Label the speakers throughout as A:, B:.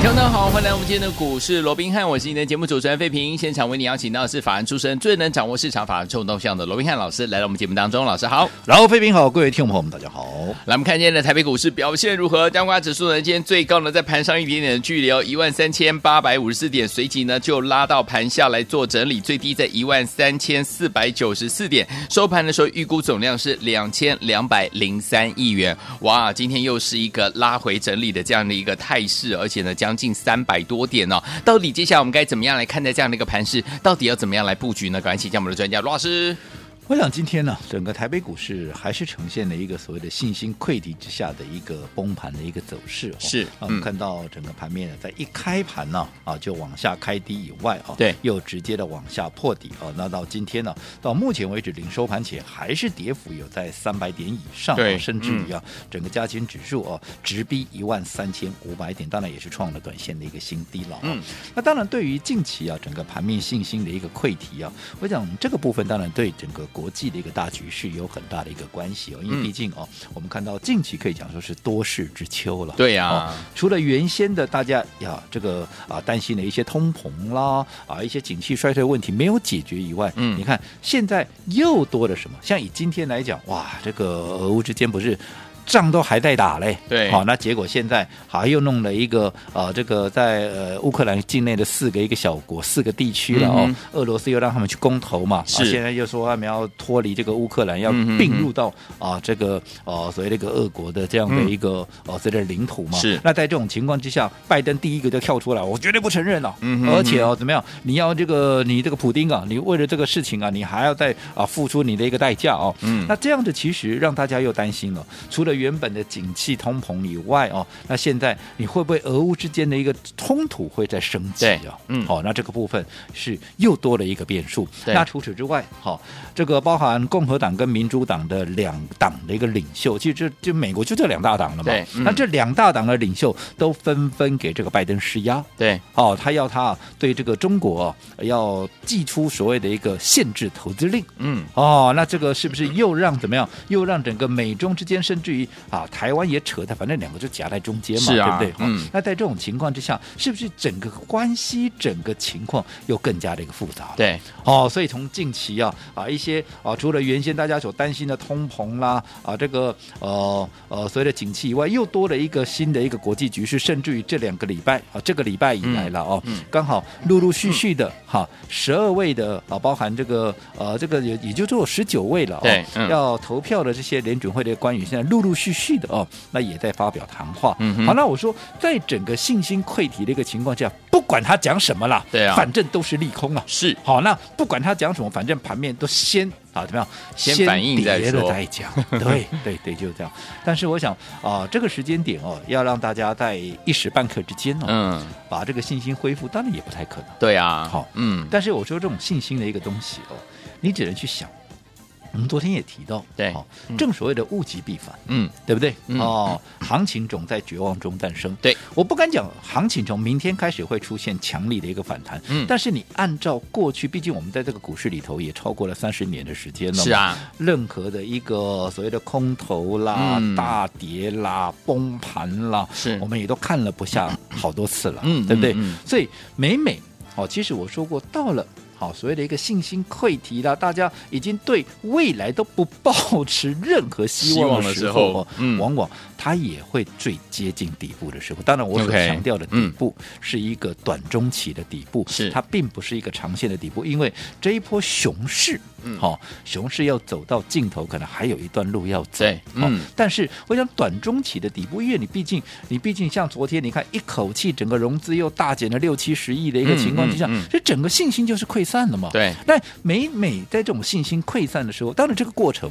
A: 听众朋友好，欢迎来我们今天的股市罗宾汉，我是你的节目主持人费平。现场为你邀请到的是法案出身、最能掌握市场法案冲动向的罗宾汉老师，来到我们节目当中。老师好，
B: 然后，飞平好，各位听众朋友们，大家好。
A: 来我们看今天的台北股市表现如何？加挂指数呢，今天最高呢在盘上一点点的距离哦，一万三千八百五十四点，随即呢就拉到盘下来做整理，最低在一万三千四百九十四点，收盘的时候预估总量是两千两百零三亿元。哇，今天又是一个拉回整理的这样的一个态势，而且呢将近三百多点哦。到底接下来我们该怎么样来看待这样的一个盘势？到底要怎么样来布局呢？赶快请教我们的专家罗老师。
B: 我想今天呢，整个台北股市还是呈现了一个所谓的信心溃堤之下的一个崩盘的一个走势、哦。
A: 是
B: 啊我们
A: 嗯
B: 看到整个盘面呢，在一开盘呢啊就往下开低以外啊，
A: 对
B: 又直接的往下破底哦。那到今天呢，到目前为止零收盘前还是跌幅有在三百点以上、
A: 对
B: 哦，甚至于啊、整个加权指数哦直逼一万三千五百点，当然也是创了短线的一个新低了、哦。
A: 嗯
B: 那当然，对于近期啊整个盘面信心的一个溃堤啊，我想这个部分当然对整个国际的一个大局势有很大的一个关系哦，因
A: 嗯
B: 为毕竟哦，我们看到近期可以讲说是多事之秋了。
A: 对呀、啊
B: 哦除了原先的大家呀，这个啊担心的一些通膨啦，啊一些景气衰退问题没有解决以外，
A: 嗯
B: 你看现在又多了什么？像以今天来讲，哇，这个俄乌之间不是。仗都还在打嘞，
A: 对
B: 好、那结果现在还又弄了一个呃，这个在呃乌克兰境内的四个一个小国四个地区了哦，
A: 嗯
B: 俄罗斯又让他们去公投嘛，
A: 是
B: 啊、现在又说他们要脱离这个乌克兰，要
A: 嗯哼
B: 并
A: 哼
B: 入到啊这个呃所谓这个俄国的这样的
A: 嗯
B: 一个、呃所谓的领土嘛，
A: 是
B: 那在这种情况之下，拜登第一个就跳出来，我绝对不承认了、
A: 嗯哼
B: 而且哦，怎么样？你要这个你这个普丁啊，你为了这个事情啊，你还要再啊付出你的一个代价哦。
A: 嗯
B: 那这样子其实让大家又担心了，除了原本的景气通膨以外哦，那现在你会不会俄乌之间的一个冲突会再升级
A: 对
B: 啊？
A: 嗯
B: 好、那这个部分是又多了一个变数。
A: 对
B: 那除此之外，好、这个包含共和党跟民主党的两党的一个领袖，其实就就美国就这两大党了嘛
A: 对。嗯
B: 那这两大党的领袖都纷纷给这个拜登施压。
A: 对，
B: 哦，他要他对这个中国、哦、要寄出所谓的一个限制投资令，
A: 嗯，
B: 哦，那这个是不是又让怎么样？又让整个美中之间，甚至于啊，台湾也扯在，反正两个就夹在中间嘛，
A: 是啊
B: 对不对？哦
A: 嗯
B: 那在这种情况之下，是不是整个关系、整个情况又更加的一个复杂了？
A: 对，
B: 哦，所以从近期啊啊一些啊，除了原先大家所担心的通膨啦啊，这个呃呃所谓的景气以外，又多了一个新的一个国际局势，甚至于这两个礼拜啊，这个礼拜以来
A: 嗯
B: 了哦，刚好陆陆续续的哈，十、二位的啊，包含这个呃这个也也就只有十九位了哦，
A: 对嗯
B: 要投票的这些联准会的官员，现在陆陆续续的哦，那也在发表谈话。
A: 嗯哼
B: 好，那我说在整个信心溃堤的一个情况下，不管他讲什么啦，
A: 对啊
B: 反正都是利空了。
A: 是
B: 好，那不管他讲什么，反正盘面都先啊怎么样，
A: 先反应再
B: 跌了
A: 说
B: 再讲。对 对对，就是这样。但是我想啊、这个时间点哦，要让大家在一时半刻之间哦，
A: 嗯，
B: 把这个信心恢复，当然也不太可能。
A: 对啊，
B: 好
A: 嗯，
B: 但是我说这种信心的一个东西哦，你只能去想。我们昨天也提到，
A: 对
B: 哦，正所谓的物极必反，
A: 嗯，
B: 对不对？
A: 嗯
B: 哦，行情总在绝望中诞生。
A: 对，
B: 我不敢讲行情从明天开始会出现强力的一个反弹，
A: 嗯
B: 但是你按照过去，毕竟我们在这个股市里头也超过了三十年的时间了，
A: 是。啊，
B: 任何的一个所谓的空头啦、
A: 嗯
B: 大跌啦、崩盘啦，
A: 是
B: 我们也都看了不下好多次了，
A: 嗯
B: 对不对？
A: 嗯嗯
B: 所以每每哦，其实我说过，到了好、所谓的一个信心溃堤啦，大家已经对未来都不抱持任何希望的
A: 希
B: 时
A: 望的时
B: 候，
A: 候
B: 哦
A: 嗯
B: 往往它也会最接近底部的时候。当然，我所
A: OK，
B: 强调的底
A: 嗯
B: 部是一个短中期的底部，
A: 是
B: 它并不是一个长线的底部，因为这一波熊市，
A: 嗯
B: 好、熊市要走到尽头，可能还有一段路要走。
A: 对
B: 好
A: 嗯
B: 但是我想短中期的底部，因为你毕竟你毕竟像昨天，你看一口气整个融资又大减了六七十亿的一个情况之下，
A: 嗯嗯嗯
B: 这整个信心就是溃散了嘛。
A: 对，
B: 那每每在这种信心溃散的时候，当然这个过程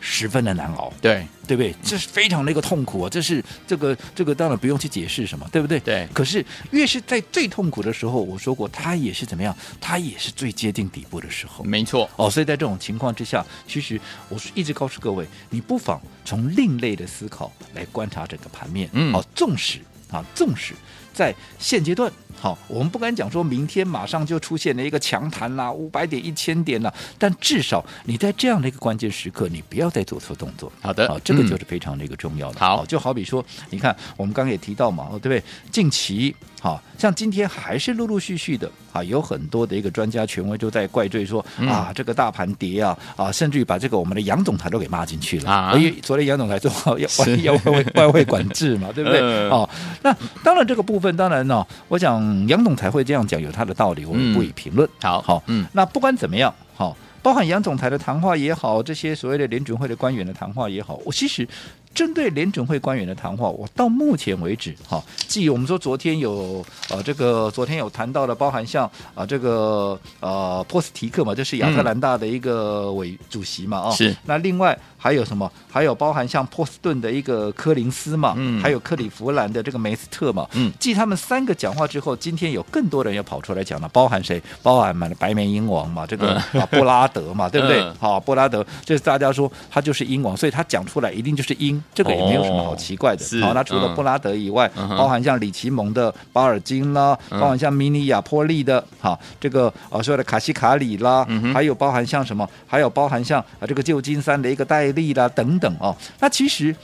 B: 十分的难熬，
A: 对
B: 对不对？这是非常的一个痛苦啊，这是这个这个当然不用去解释什么，对不对？
A: 对
B: 可是越是在最痛苦的时候，我说过，它也是怎么样？它也是最接近底部的时候。
A: 没错，
B: 哦，所以在这种情况之下，其实我是一直告诉各位，你不妨从另类的思考来观察整个盘面。
A: 嗯
B: 好、纵使啊，纵使在现阶段，好、我们不敢讲说明天马上就出现了一个强弹啦，五百点、一千点啦，但至少你在这样的一个关键时刻，你不要再做错动作。
A: 好的
B: 好，这个
A: 嗯
B: 就是非常的一个重要的。哦
A: 好
B: 就好比说，你看我们刚刚也提到嘛，哦，对不对？近期好、像今天还是陆陆续续的啊，有很多的一个专家权威都在怪罪说、
A: 嗯
B: 啊，这个大盘跌啊啊，甚至于把这个我们的杨总裁都给骂进去了
A: 啊
B: 因为昨天杨总裁说要要外汇外汇管制嘛，对不对？
A: 嗯
B: 哦，那当然这个部分当然呢、哦我想杨总裁会这样讲有他的道理，我们不予
A: 嗯
B: 评论。
A: 好
B: 好，
A: 嗯
B: 那不管怎么样，好、包含杨总裁的谈话也好，这些所谓的联准会的官员的谈话也好，我其实。针对联准会官员的谈话，我到目前为止，哈、继我们说昨天有呃这个昨天有谈到的，包含像啊、这个呃波斯提克嘛，这是亚特兰大的一个委主席嘛，哦，
A: 嗯是
B: 那另外还有什么？还有包含像波士顿的一个柯林斯嘛，
A: 嗯
B: 还有克利夫兰的这个梅斯特嘛，
A: 嗯
B: 继他们三个讲话之后，今天有更多人要跑出来讲了，包含谁？包含嘛白眉鹰王嘛，这个、啊布拉 德嘛，对不对
A: 嗯？
B: 好、布拉德，这是大家说他就是鹰王，所以他讲出来一定就是鹰，这个也没有什么好奇怪的。
A: 哦是
B: 好，那除了
A: 嗯
B: 布拉德以外，
A: 嗯哼
B: 包含像里奇蒙的巴尔金啦，
A: 嗯
B: 包含像迷你亚波利的，好、这个啊所谓的卡西卡里啦，
A: 嗯哼
B: 还有包含像什么？还有包含像啊这个旧金山的一个戴利啦等等哦。那其实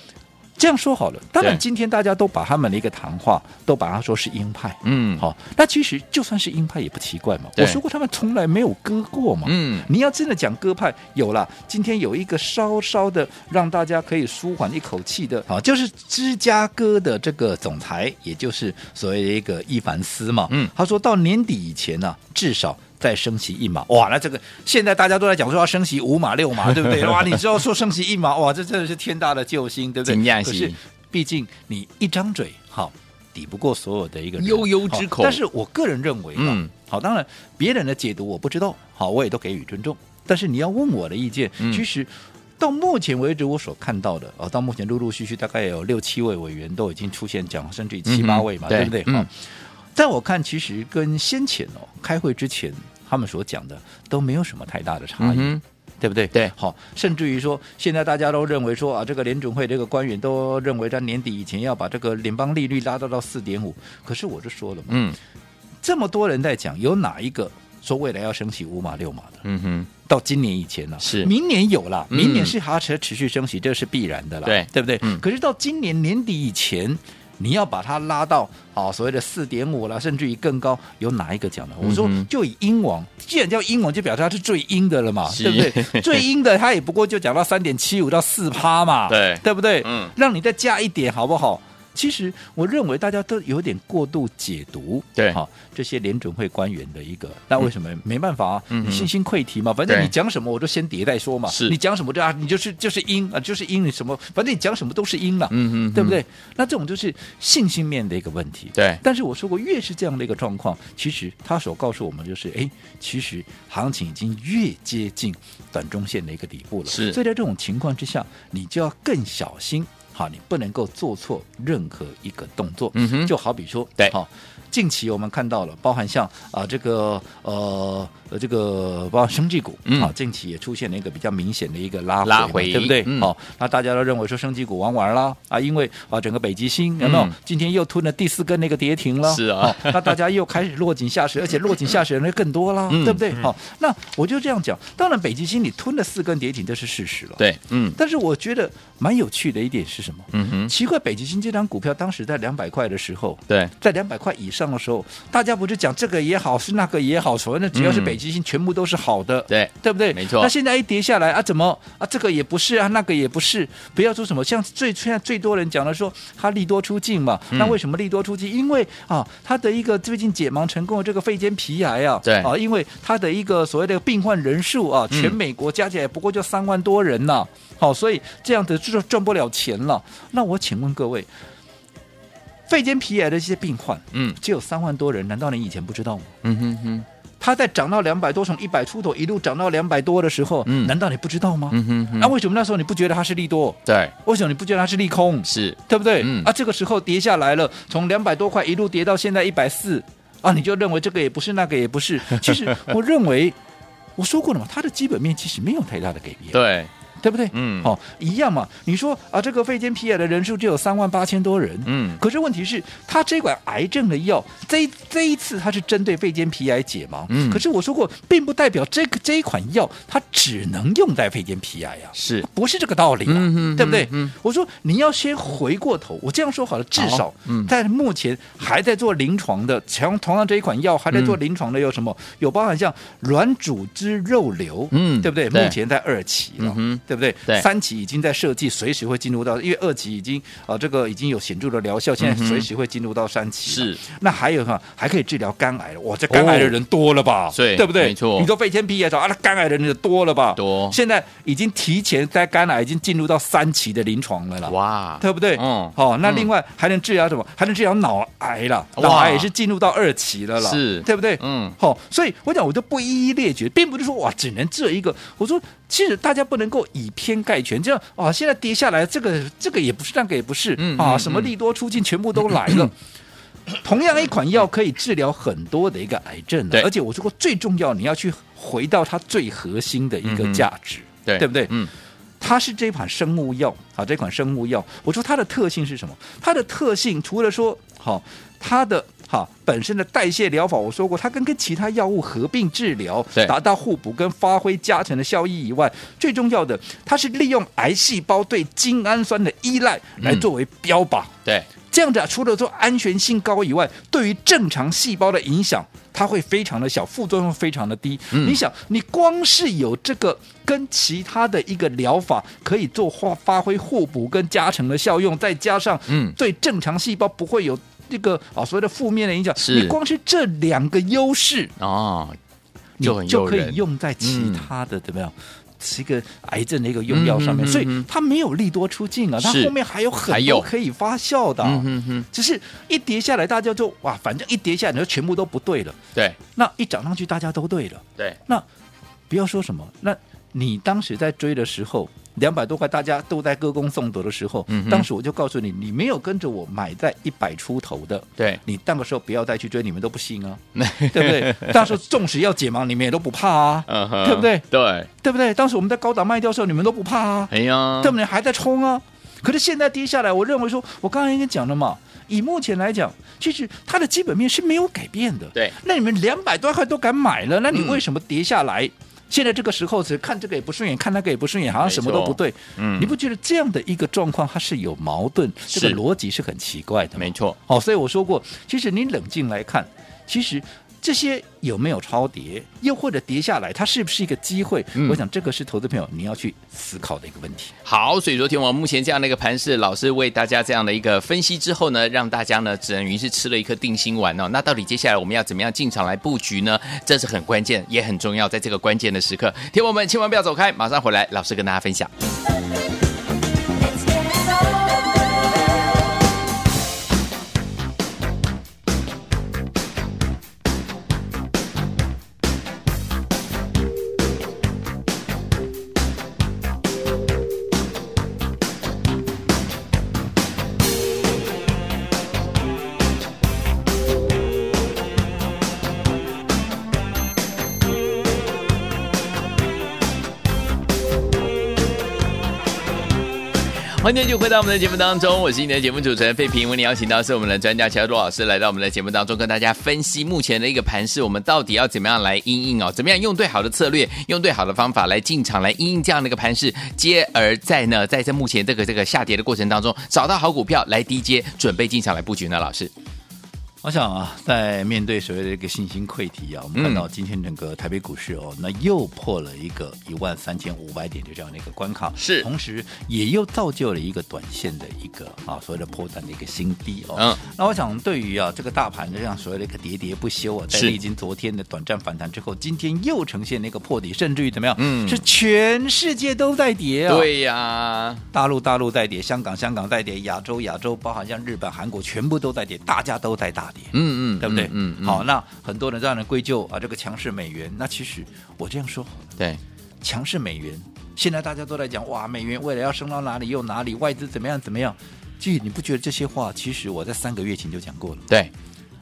B: 这样说好了，当然
A: 对
B: 今天大家都把他们的一个谈话都把它说是鹰派。
A: 嗯，
B: 好、那其实就算是鹰派也不奇怪嘛。
A: 对
B: 我说过他们从来没有割过嘛。
A: 嗯，
B: 你要真的讲鸽派，有啦，今天有一个稍稍的让大家可以舒缓一口气的，啊，就是芝加哥的这个总裁，也就是所谓的一个伊凡斯嘛，
A: 嗯
B: 他说到年底以前呢、至少。再升息一码，哇！那这个现在大家都在讲说要升息五码六 码，对不对？哇！你知道说升息一码，哇，这真的是天大的救星，对不对？
A: 惊讶
B: 可
A: 兮
B: 是毕竟你一张嘴，好，抵不过所有的一个人
A: 悠悠之口
B: 好但是我个人认为，啦，
A: 嗯
B: 好，当然别人的解读我不知道，好，我也都给予尊重。但是你要问我的意见，
A: 嗯
B: 其实。到目前为止，我所看到的哦，到目前陆陆续续大概有六七位委员都已经出现讲，甚至于七
A: 嗯哼
B: 八位嘛，
A: 对
B: 不对？
A: 嗯
B: 哦在我看，其实跟先前哦开会之前他们所讲的都没有什么太大的差
A: 嗯
B: 异。
A: 哼，
B: 对不对？
A: 对
B: 好，甚至于说，现在大家都认为说啊，这个联准会这个官员都认为在年底以前要把这个联邦利率拉到到四点五，可是我就说了嘛，
A: 嗯
B: 这么多人在讲，有哪一个说未来要升息五码六码的？
A: 嗯哼，
B: 到今年以前了、啊
A: 是
B: 明年有啦，
A: 嗯
B: 明年是还要持持续升息，这是必然的啦，
A: 对
B: 对不对？
A: 嗯
B: 可是到今年年底以前。你要把它拉到啊所谓的四点五啦，甚至于更高，有哪一个讲的？我说
A: 嗯哼
B: 就以英王，既然叫英王，就表示它是最英的了嘛，
A: 是
B: 对不对？最英的它也不过就讲到三点七五到四趴嘛，
A: 对
B: 对不对？
A: 嗯
B: 让你再加一点好不好？其实我认为大家都有点过度解读，
A: 对
B: 好、这些联准会官员的一个，那为什么、没办法啊？
A: 嗯哼
B: 你信心溃堤嘛，反正
A: 对
B: 你讲什么我就先迭代说嘛，
A: 是
B: 你讲什么就啊，你就是就是阴啊，就是阴，你什么，反正你讲什么都是阴了，
A: 嗯哼
B: 对不对？那这种就是信心面的一个问题。
A: 对
B: 但是我说过，越是这样的一个状况，其实他所告诉我们就是，哎，其实行情已经越接近短中线的一个底部了。
A: 是
B: 所以在这种情况之下，你就要更小心。好，你不能够做错任何一个动作。
A: 嗯哼
B: 就好比说，
A: 对
B: 好、近期我们看到了，包含像啊、这个呃呃这个包含生技股，
A: 嗯
B: 好、近期也出现了一个比较明显的一个拉
A: 拉
B: 嘛
A: 回
B: 对不对？
A: 嗯
B: 好、哦那大家都认为说生技股玩完啦啊，因为啊整个北极星有没有、
A: 嗯
B: 今天又吞了第四根那个跌停了？哦
A: 是啊
B: 好那大家又开始落井下石，而且落井下石的人更多啦，
A: 嗯
B: 对不对？好、那我就这样讲，当然北极星你吞了四根跌停这是事实了，。
A: 对，嗯
B: 但是我觉得蛮有趣的一点是什么？
A: 嗯哼，
B: 奇怪，北极星这张股票当时在两百块的时候，
A: 对，
B: 在两百块以上的时候，大家不是讲这个也好，是那个也好，反正只要是北极星，全部都是好的，
A: 嗯对
B: 对不对？
A: 没错
B: 那现在一跌下来啊，怎么啊？这个也不是啊，那个也不是，不要说什么像最现在最多人讲的说它利多出尽嘛，
A: 嗯
B: 那为什么利多出尽？因为啊，它的一个最近解盲成功的这个肺间皮癌啊，
A: 对
B: 啊，因为它的一个所谓的病患人数啊，
A: 嗯
B: 全美国加起来不过就三万多人呐、好、所以这样子就赚不了钱了。那我请问各位，肺间皮癌的这些病患，
A: 嗯
B: 只有三万多人，难道你以前不知道吗？
A: 嗯哼哼，
B: 它在涨到两百多，从一百出头一路涨到两百多的时候，
A: 嗯
B: 难道你不知道吗？
A: 嗯哼哼
B: 那、为什么那时候你不觉得它是利多？
A: 对，
B: 为什么你不觉得它是利空？
A: 是，
B: 对不对？
A: 嗯
B: 啊，这个时候跌下来了，从两百多块一路跌到现在一百四，啊，你就认为这个也不是，那个也不是。其实我认为，我说过了嘛，它的基本面其实没有太大的改变，
A: 对，
B: 对不对？
A: 嗯
B: 哦，一样嘛。你说啊，这个肺间皮癌的人数只有三万八千多人，
A: 嗯
B: 可是问题是，它这款癌症的药，这一这一次它是针对肺间皮癌解盲，
A: 嗯
B: 可是我说过，并不代表这个这一款药它只能用在肺间皮癌啊呀、
A: 是，
B: 不是这个道理啊，
A: 嗯哼
B: 对不对？
A: 嗯
B: 我说你要先回过头，我这样说好了，至少
A: 好嗯
B: 在目前还在做临床的，像同样这一款药还在做临床的有什么？有包含像软组织肉瘤，
A: 嗯
B: 对不对？
A: 对
B: 目前在二期了，
A: 嗯哼
B: 对不对？
A: 对
B: 三期已经在设计，随时会进入到，因为二期已经啊、呃这个已经有显著的疗效，现在随时会进入到三期了。
A: 嗯是
B: 那还有哈，还可以治疗肝癌了，哇，这肝癌的人多了吧？
A: 对
B: 对不对？
A: 没错
B: 你说肺天皮也少啊，那肝癌的人就多了吧？
A: 多
B: 现在已经提前在肝癌已经进入到三期的临床了啦，
A: 哇，
B: 对不对？
A: 嗯
B: 好、那
A: 嗯
B: 另外还能治疗什么？还能治疗脑癌了，
A: 哇
B: 脑癌也是进入到二期了啦，
A: 是
B: 对不对？
A: 嗯
B: 好、所以我讲我就不一一列举，并不是说哇只能这一个，我说其实大家不能够以偏概全，这样啊现在跌下来这个这个也不是那个也不是、
A: 嗯
B: 啊，
A: 嗯
B: 什么
A: 嗯
B: 利多出尽全部都来 了。同样一款药可以治疗很多的一个癌症啊、
A: 对
B: 而且我说过最重要，你要去回到它最核心的一
A: 嗯
B: 个
A: 哼
B: 价值，
A: 对，
B: 对不对？
A: 嗯，
B: 它是这款生物药啊，这款生物药，我说它的特性是什么？它的特性除了说好、它的哈、本身的代谢疗法，我说过，它跟跟其他药物合并治疗
A: 对，
B: 达到互补跟发挥加成的效益以外，最重要的，它是利用癌细胞对精氨酸的依赖来
A: 嗯
B: 作为标靶。
A: 对，
B: 这样子啊，除了说安全性高以外，对于正常细胞的影响，它会非常的小，副作用非常的低。
A: 嗯
B: 你想，你光是有这个跟其他的一个疗法可以做发发挥互补跟加成的效用，再加上
A: 嗯
B: 对正常细胞不会有这个啊所谓的负面的影响，
A: 是
B: 你光是这两个优势，
A: 哦，
B: 你
A: 就很
B: 就
A: 诱
B: 可
A: 人
B: 以用在其
A: 嗯
B: 他的、怎么样？是一个癌症的一个用药上面，
A: 嗯哼
B: 所
A: 嗯
B: 以
A: 哼
B: 它没有利多出尽啊，它
A: 是
B: 后面还有
A: 还
B: 很
A: 有
B: 多可以发酵的啊、
A: 嗯哼哼，
B: 只是一跌下来，大家就哇，反正一跌下来，你就全部都不对了。
A: 对
B: 那一涨上去，大家都对了。
A: 对，
B: 那不要说什么，那你当时在追的时候，两百多块，大家都在歌功颂德的时候，
A: 嗯哼
B: 当时我就告诉你，你没有跟着我买在一百出头的，
A: 对
B: 你那个时候不要再去追，你们都不信 啊，对不对？那时候纵使要解盲，你们也都不怕啊，
A: 嗯哼，
B: 对不对？
A: 对，
B: 对不对？当时我们在高档卖掉的时候，你们都不怕啊，
A: 哎呀，
B: 对不对？还在冲啊。可是现在跌下来，我认为说，我刚才已经讲了嘛，以目前来讲，其实它的基本面是没有改变的。
A: 对，
B: 那你们两百多块都敢买了，那你
A: 嗯
B: 为什么跌下来？现在这个时候，只看这个也不顺眼，看那个也不顺眼，好像什么
A: 没错
B: 都不对。
A: 嗯
B: 你不觉得这样的一个状况，它是有矛盾，这个
A: 是
B: 逻辑是很奇怪的吗
A: 没错，
B: 哦，所以我说过，其实你冷静来看，其实这些有没有超跌，又或者跌下来，它是不是一个机会？
A: 嗯
B: 我想这个是投资朋友你要去思考的一个问题。
A: 好，所以昨天我们目前这样的一个盘势，老师为大家这样的一个分析之后呢，让大家呢只能于是吃了一颗定心丸哦。那到底接下来我们要怎么样进场来布局呢？这是很关键，也很重要，在这个关键的时刻，听友们千万不要走开，马上回来，老师跟大家分享。欢迎继续回到我们的节目当中，我是你的节目主持人费平。为你邀请到是我们的专家乔多老师来到我们的节目当中，跟大家分析目前的一个盘势，我们到底要怎么样来应应哦？怎么样用对好的策略，用对好的方法来进场来应应这样的一个盘势，接而在呢，在这目前这个这个下跌的过程当中，找到好股票来低接，准备进场来布局呢？老师，
B: 我想啊，在面对所谓的一个信心溃堤啊，我们看
A: 嗯
B: 到今天整个台北股市哦，那又破了一个一万三千五百点就这样的一个关卡，
A: 是
B: 同时也又造就了一个短线的一个啊所谓的波段的一个新低哦。
A: 嗯，
B: 那我想对于啊这个大盘这样所谓的一个喋喋不休啊，在
A: 是
B: 历经昨天的短暂反弹之后，今天又呈现了一个破底，甚至于怎么样？
A: 嗯
B: 是全世界都在跌啊。
A: 对呀、
B: 大陆大陆在跌，香港香港在跌，亚洲亚洲包含像日本、韩国全部都在跌，大家都在大跌，
A: 嗯嗯，
B: 对不对？
A: 嗯，嗯
B: 好，，那很多人让人归咎啊这个强势美元，那其实我这样说，
A: 对，
B: 强势美元，现在大家都在讲哇，美元未来要升到哪里又哪里，外资怎么样怎么样。其实你不觉得这些话，其实我在三个月前就讲过了。
A: 对，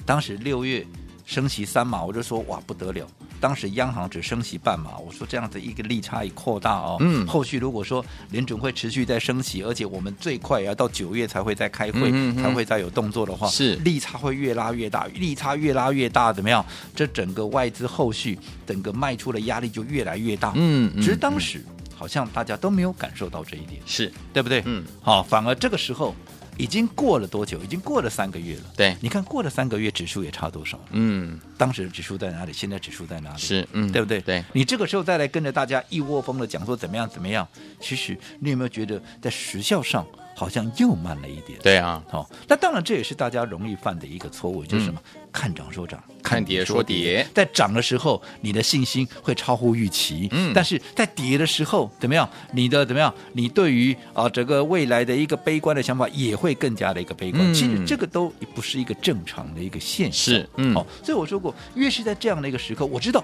B: 当时六月升息三码，我就说哇不得了。当时央行只升息半码，我说这样子一个利差一扩大哦，
A: 嗯
B: 后续如果说联准会持续在升息，而且我们最快也要到九月才会再开会，
A: 嗯嗯嗯
B: 才会再有动作的话，
A: 是
B: 利差会越拉越大，利差越拉越大，怎么样？这整个外资后续整个卖出的压力就越来越大，
A: 嗯嗯
B: 只是当时好像大家都没有感受到这一点，
A: 是，
B: 对不对？
A: 嗯，
B: 好、反而这个时候已经过了多久？已经过了三个月了。
A: 对
B: 你看过了三个月，指数也差多少了？
A: 嗯，
B: 当时的指数在哪里？现在指数在哪里？，
A: 是，嗯，
B: 对不对？
A: 对，
B: 你这个时候再来跟着大家一窝蜂的讲说怎么样怎么样，其实你有没有觉得在时效上好像又慢了一点？。
A: 对啊，
B: 好、哦那当然这也是大家容易犯的一个错误，就是什么？看涨说涨，
A: 嗯看跌说跌
B: 在涨的时候，你的信心会超乎预期，
A: 嗯
B: 但是在跌的时候，怎么样？你的怎么样？你对于啊、整个未来的一个悲观的想法也会更加的一个悲观。
A: 嗯
B: 其实这个都不是一个正常的一个现象，
A: 是嗯
B: 好、所以我说过，越是在这样的一个时刻，我知道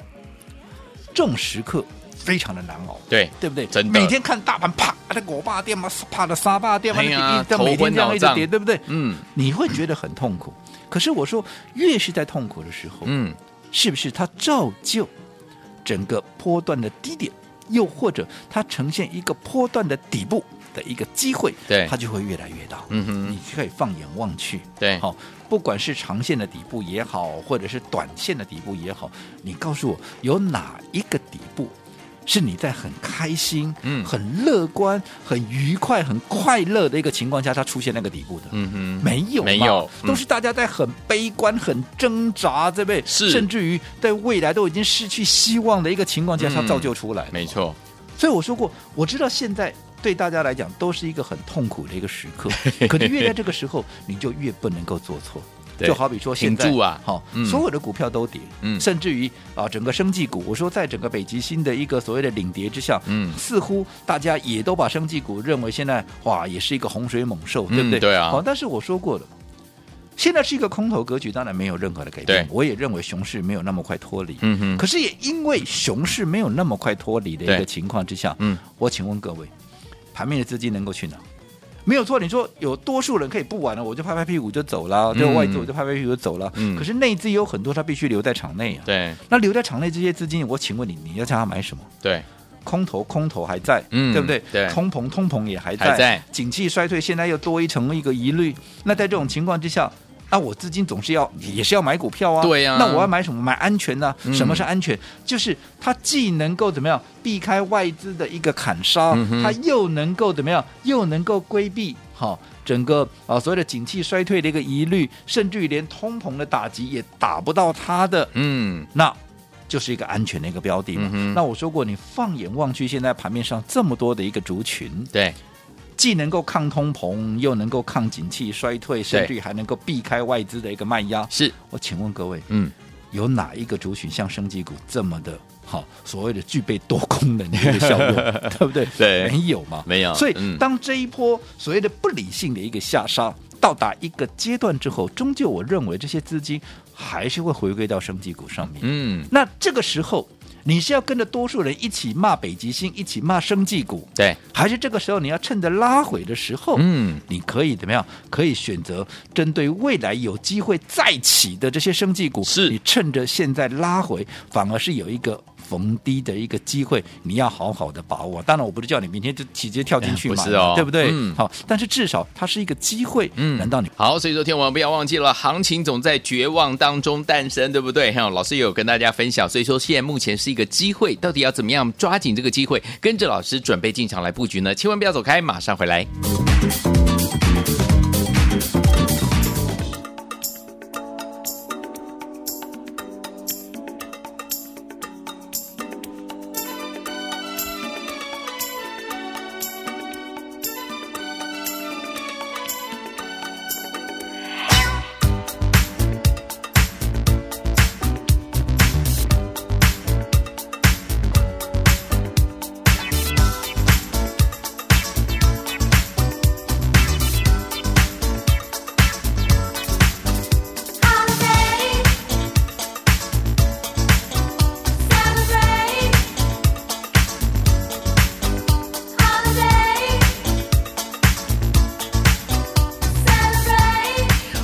B: 这种时刻非常的难熬。
A: 对，
B: 对不对？
A: 真的
B: 每天看大盘啪，那五八点嘛，啪的三八点嘛，
A: 哎呀
B: 那一直
A: 头
B: 每
A: 昏
B: 天这样
A: 脑
B: 一直
A: 胀
B: 跌，对不对？
A: 嗯
B: 你会觉得很痛苦。可是我说，越是在痛苦的时候，
A: 嗯，
B: 是不是它照旧整个波段的低点，又或者它呈现一个波段的底部的一个机会，
A: 对
B: 它就会越来越大。
A: 嗯哼
B: 你可以放眼望去，
A: 对
B: 好、不管是长线的底部也好，或者是短线的底部也好，你告诉我有哪一个底部？是你在很开心、
A: 嗯
B: 很乐观、很愉快、很快乐的一个情况下，它出现那个底部的，
A: 嗯哼，
B: 没有嘛，
A: 没有嗯
B: 都是大家在很悲观、很挣扎，对不对？
A: 是
B: 甚至于对未来都已经失去希望的一个情况下，
A: 嗯
B: 它造就出来的。
A: 没错，
B: 所以我说过，我知道现在对大家来讲都是一个很痛苦的一个时 刻，可是越在这个时候，你就越不能够做错。
A: 对
B: 就好比说现在
A: 挺住啊
B: 好、
A: 嗯
B: 所有的股票都跌，
A: 嗯
B: 甚至于啊，整个生技股，我说在整个北极星的一个所谓的领跌之下，
A: 嗯
B: 似乎大家也都把生技股认为现在哇也是一个洪水猛兽，对
A: 嗯
B: 不对？
A: 对啊
B: 好、但是我说过了。现在是一个空头格局，当然没有任何的改变
A: 对。
B: 我也认为熊市没有那么快脱离。
A: 嗯哼
B: 可是也因为熊市没有那么快脱离的一
A: 对
B: 个情况之下，
A: 嗯，
B: 我请问各位，盘面的资金能够去哪？没有错，你说有多数人可以不玩了，我就拍拍屁股就走了，对、
A: 嗯
B: 外资我就拍拍屁股就走了。
A: 嗯
B: 可是内资也有很多，他必须留在场内啊。
A: 对
B: 那留在场内这些资金，我请问你，你要叫他买什么？
A: 对，
B: 空头，空头还在，
A: 嗯
B: 对不对？
A: 对
B: 通膨，通膨也还在，
A: 还在
B: 景气衰退现在又多一层一个疑虑。那在这种情况之下，那我资金总是要也是要买股票啊，
A: 对呀
B: 那我要买什么？买安全呢、
A: 嗯
B: 什么是安全？就是它既能够怎么样避开外资的一个砍杀，
A: 嗯哼
B: 它又能够怎么样？又能够规避好。整个啊，所谓的景气衰退的一个疑虑，甚至于连通膨的打击也打不到它的
A: 嗯
B: 那就是一个安全的一个标的嘛。
A: 嗯哼
B: 那我说过，你放眼望去，现在盘面上这么多的一个族群，
A: 对，
B: 既能够抗通膨，又能够抗景气衰退，甚至于还能够避开外资的一个卖压。
A: 是，
B: 我请问各位，
A: 嗯
B: 有哪一个族群像生技股这么的好？所谓的具备多功能的一 个效用，对不对？
A: 对
B: 没有嘛，
A: 没有
B: 所以
A: 嗯
B: 当这一波所谓的不理性的一个下杀到达一个阶段之后，终究我认为这些资金还是会回归到生技股上面。
A: 嗯
B: 那这个时候，你是要跟着多数人一起骂北极星，一起骂生技股，
A: 对，
B: 还是这个时候你要趁着拉回的时候，
A: 嗯
B: 你可以怎么样？可以选择针对未来有机会再起的这些生技股，
A: 是
B: 你趁着现在拉回，反而是有一个。逢低的一个机会，你要好好的把握。当然，我不是叫你明天就直接跳进去
A: 不
B: 买嘛，
A: 是哦
B: 对不对？
A: 嗯
B: 好，但是至少它是一个机会。
A: 嗯
B: 难道你
A: 好，所以昨天我们不要忘记了，行情总在绝望当中诞生，对不对？还有老师也有跟大家分享，所以说现在目前是一个机会，到底要怎么样抓紧这个机会，跟着老师准备进场来布局呢？千万不要走开，马上回来。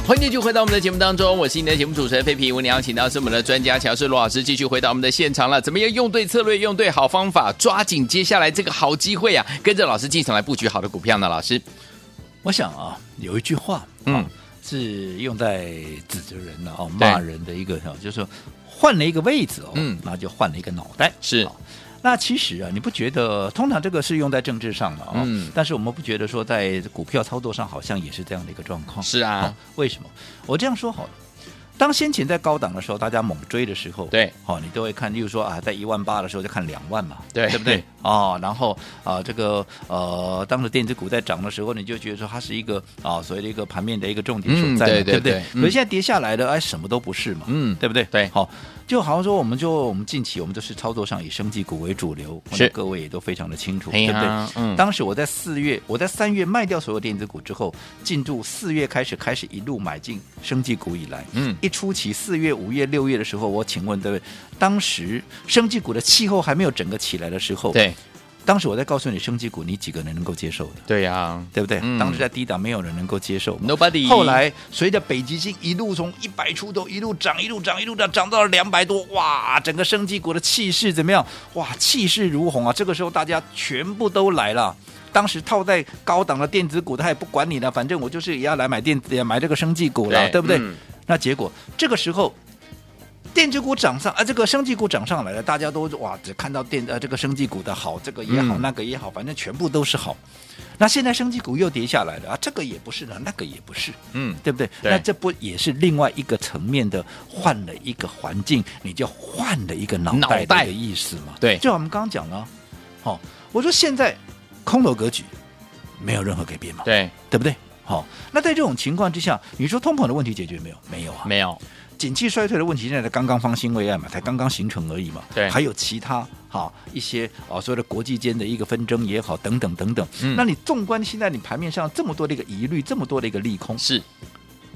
A: 欢迎继续回到我们的节目当中，我是你的节目主持人费平。我们邀请到是我们的专家乔世罗老师，继续回到我们的现场了。怎么样用对策略，用对好方法，抓紧接下来这个好机会啊！跟着老师进场来布局好的股票呢？老师，
B: 我想啊，有一句话，
A: 嗯
B: 啊是用在指责人的哦，
A: 对
B: 骂人的一个哦，就是说换了一个位置哦，
A: 嗯
B: 那就换了一个脑袋
A: 是
B: 哦那其实啊，你不觉得通常这个是用在政治上的哦，
A: 嗯
B: 但是我们不觉得说在股票操作上好像也是这样的一个状况。
A: 是啊
B: 哦为什么？我这样说好了。当先前在高档的时候，大家猛追的时候，
A: 对，
B: 好、你都会看，例如说啊，在一万八的时候就看两万嘛，
A: 对
B: 对不对？哦，然后啊、这个呃，当时电子股在涨的时候，你就觉得说它是一个啊、所谓的一个盘面的一个重点所
A: 嗯
B: 在嘛，
A: 对对
B: 对不对
A: 对？嗯
B: 可是现在跌下来了，哎，什么都不是嘛，
A: 嗯
B: 对不对？
A: 对
B: 好，就好像说，我们就我们近期我们都是操作上以生技股为主流，我
A: 是
B: 想各位也都非常的清楚，
A: 哎
B: 对
A: 呀
B: 不对？
A: 嗯
B: 当时我在四月，我在三月卖掉所有电子股之后，进入四月开始开始一路买进生技股以来，
A: 嗯
B: 一初期四月、五月、六月的时候，我请问各位，当时生技股的气候还没有整个起来的时候，，
A: 对
B: 当时我在告诉你生技股，你几个人能够接受的？
A: 对呀
B: 对不对？
A: 嗯
B: 当时在低档没有人能够接受嘛。
A: ，Nobody。
B: 后来随着北极星一路从一百出头一路涨，一路涨，一路涨，涨到了两百多，哇！整个生机股的气势怎么样？哇，气势如虹啊！这个时候大家全部都来了。当时套在高档的电子股，他也不管你了，反正我就是也要来买电子，买这个生技股了，
A: 对
B: 对不对？
A: 嗯
B: 那结果这个时候电子股涨上啊，这个生技股涨上来了，大家都哇，只看到电呃这个生技股的好，这个也好，
A: 嗯
B: 那个也好，反正全部都是好。那现在生技股又跌下来了啊，这个也不是了，那个也不是，
A: 嗯
B: 对不对？
A: 对
B: 那这不也是另外一个层面的换了一个环境，你就换了一个脑
A: 脑
B: 袋
A: 袋
B: 的一个意思嘛？
A: 对
B: 就像我们刚刚讲了，好、我说现在空头格局没有任何改变嘛，
A: 对啊
B: 对不对？好、那在这种情况之下，你说通膨的问题解决没有？没有啊，
A: 没有
B: 景气衰退的问题现在才刚刚方兴未艾嘛，才刚刚形成而已嘛。
A: 对
B: 还有其他哈一些啊，所谓的国际间的一个纷争也好，等等等等。
A: 嗯
B: 那你纵观现在你盘面上这么多的一个疑虑，这么多的一个利空，
A: 是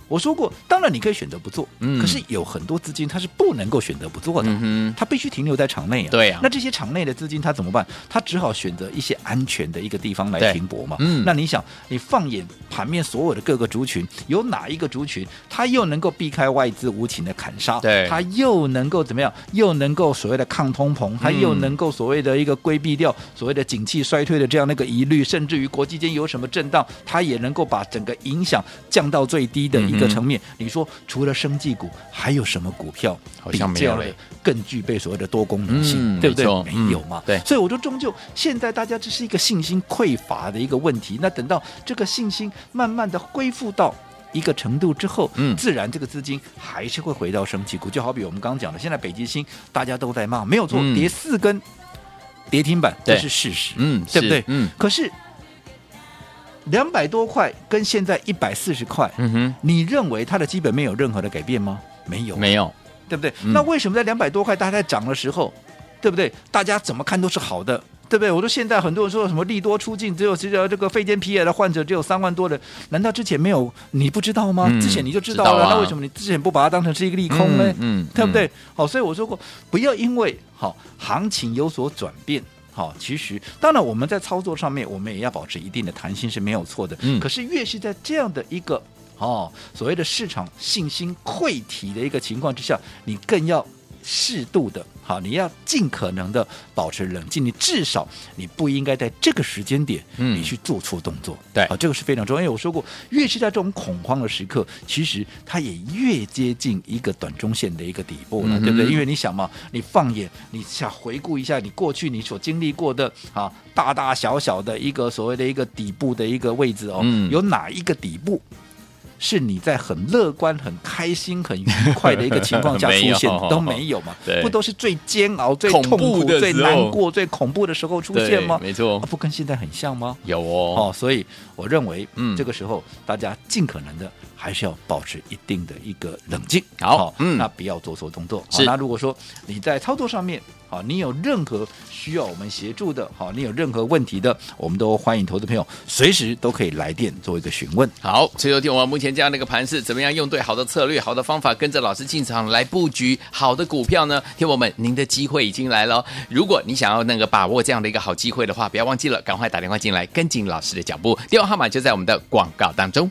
B: 我说过，当然你可以选择不做，
A: 嗯
B: 可是有很多资金它是不能够选择不做的。
A: 嗯
B: 它必须停留在场内啊，
A: 对啊
B: 那这些场内的资金它怎么办？它只好选择一些安全的一个地方
A: 对
B: 来停泊嘛。
A: 嗯
B: 那你想，你放眼盘面所有的各个族群，有哪一个族群它又能够避开外资无情的砍杀？
A: 对
B: 它又能够怎么样？又能够所谓的抗通膨，
A: 嗯
B: 它又能够所谓的一个规避掉所谓的景气衰退的这样的一个疑虑，甚至于国际间有什么震荡，它也能够把整个影响降到最低的一个
A: 嗯哼
B: 层面。你说除了生技股，还有什么股票
A: 好
B: 比
A: 像没有
B: 较
A: 嘞
B: 的更具备所谓的多功能性，
A: 嗯
B: 对不对
A: 没错？
B: 没有嘛
A: 嗯，对
B: 所以我就终究现在大家这是一个信心匮乏的一个问题。那等到这个信心慢慢的恢复到。一个程度之后，
A: 嗯
B: 自然这个资金还是会回到升级股，就好比我们刚刚讲的，现在北极星大家都在骂，没有错，
A: 嗯
B: 跌四根跌停板
A: 对
B: 这是事实，
A: 嗯
B: 对不
A: 是
B: 对？
A: 嗯
B: 可是两百多块跟现在一百四十块，
A: 嗯哼
B: 你认为它的基本面有任何的改变吗？没有，
A: 没有
B: 对不对？
A: 嗯
B: 那为什么在两百多块大家在涨的时候，对不对？大家怎么看都是好的，对不对？我说现在很多人说什么利多出尽，只有只有这个肺间皮炎的患者只有三万多人，难道之前没有你不知道吗？
A: 嗯
B: 之前你就知道
A: 知
B: 了，
A: 道啊
B: 那为什么你之前不把它当成是一个利空呢？
A: 嗯嗯
B: 对不对？好，所以我说过，不要因为好行情有所转变。好，其实当然我们在操作上面，我们也要保持一定的弹性是没有错的。
A: 嗯
B: 可是越是在这样的一个哦所谓的市场信心溃堤的一个情况之下，你更要适度的，好，你要尽可能的保持冷静，你至少你不应该在这个时间点，
A: 嗯
B: 你去做错动作。啊
A: 对
B: 好，这个是非常重要。因为我说过，越是在这种恐慌的时刻，其实它也越接近一个短中线的一个底部了，
A: 嗯哼
B: 对不对？因为你想嘛，你放眼你想回顾一下你过去你所经历过的啊，大大小小的一个所谓的一个底部的一个位置哦，
A: 嗯
B: 有哪一个底部？是你在很乐观、很开心、很愉快的一个情况下出
A: 没有
B: 现的都没有嘛
A: 对？
B: 不都是最煎熬、最
A: 恐
B: 痛
A: 怖
B: 苦、
A: 的
B: 最
A: 时
B: 难
A: 候
B: 过、最恐怖的时候出
A: 对
B: 现吗？
A: 没错
B: 啊不跟现在很像吗？
A: 有哦
B: 哦，所以我认为，
A: 嗯
B: 嗯，这个时候大家尽可能的还是要保持一定的一个冷静，
A: 好嗯
B: 嗯，那不要做错动作。好
A: 是
B: 那如果说你在操作上面，好，你有任何需要我们协助的，好，你有任何问题的，我们都欢迎投资朋友随时都可以来电做一个询问。
A: 好，所以有听我们目前这样的一个盘势，怎么样用对好的策略、好的方法，跟着老师进场来布局好的股票呢？听我们，您的机会已经来了哦。如果你想要那个把握这样的一个好机会的话，不要忘记了，赶快打电话进来，跟紧老师的脚步。电话号码就在我们的广告当中。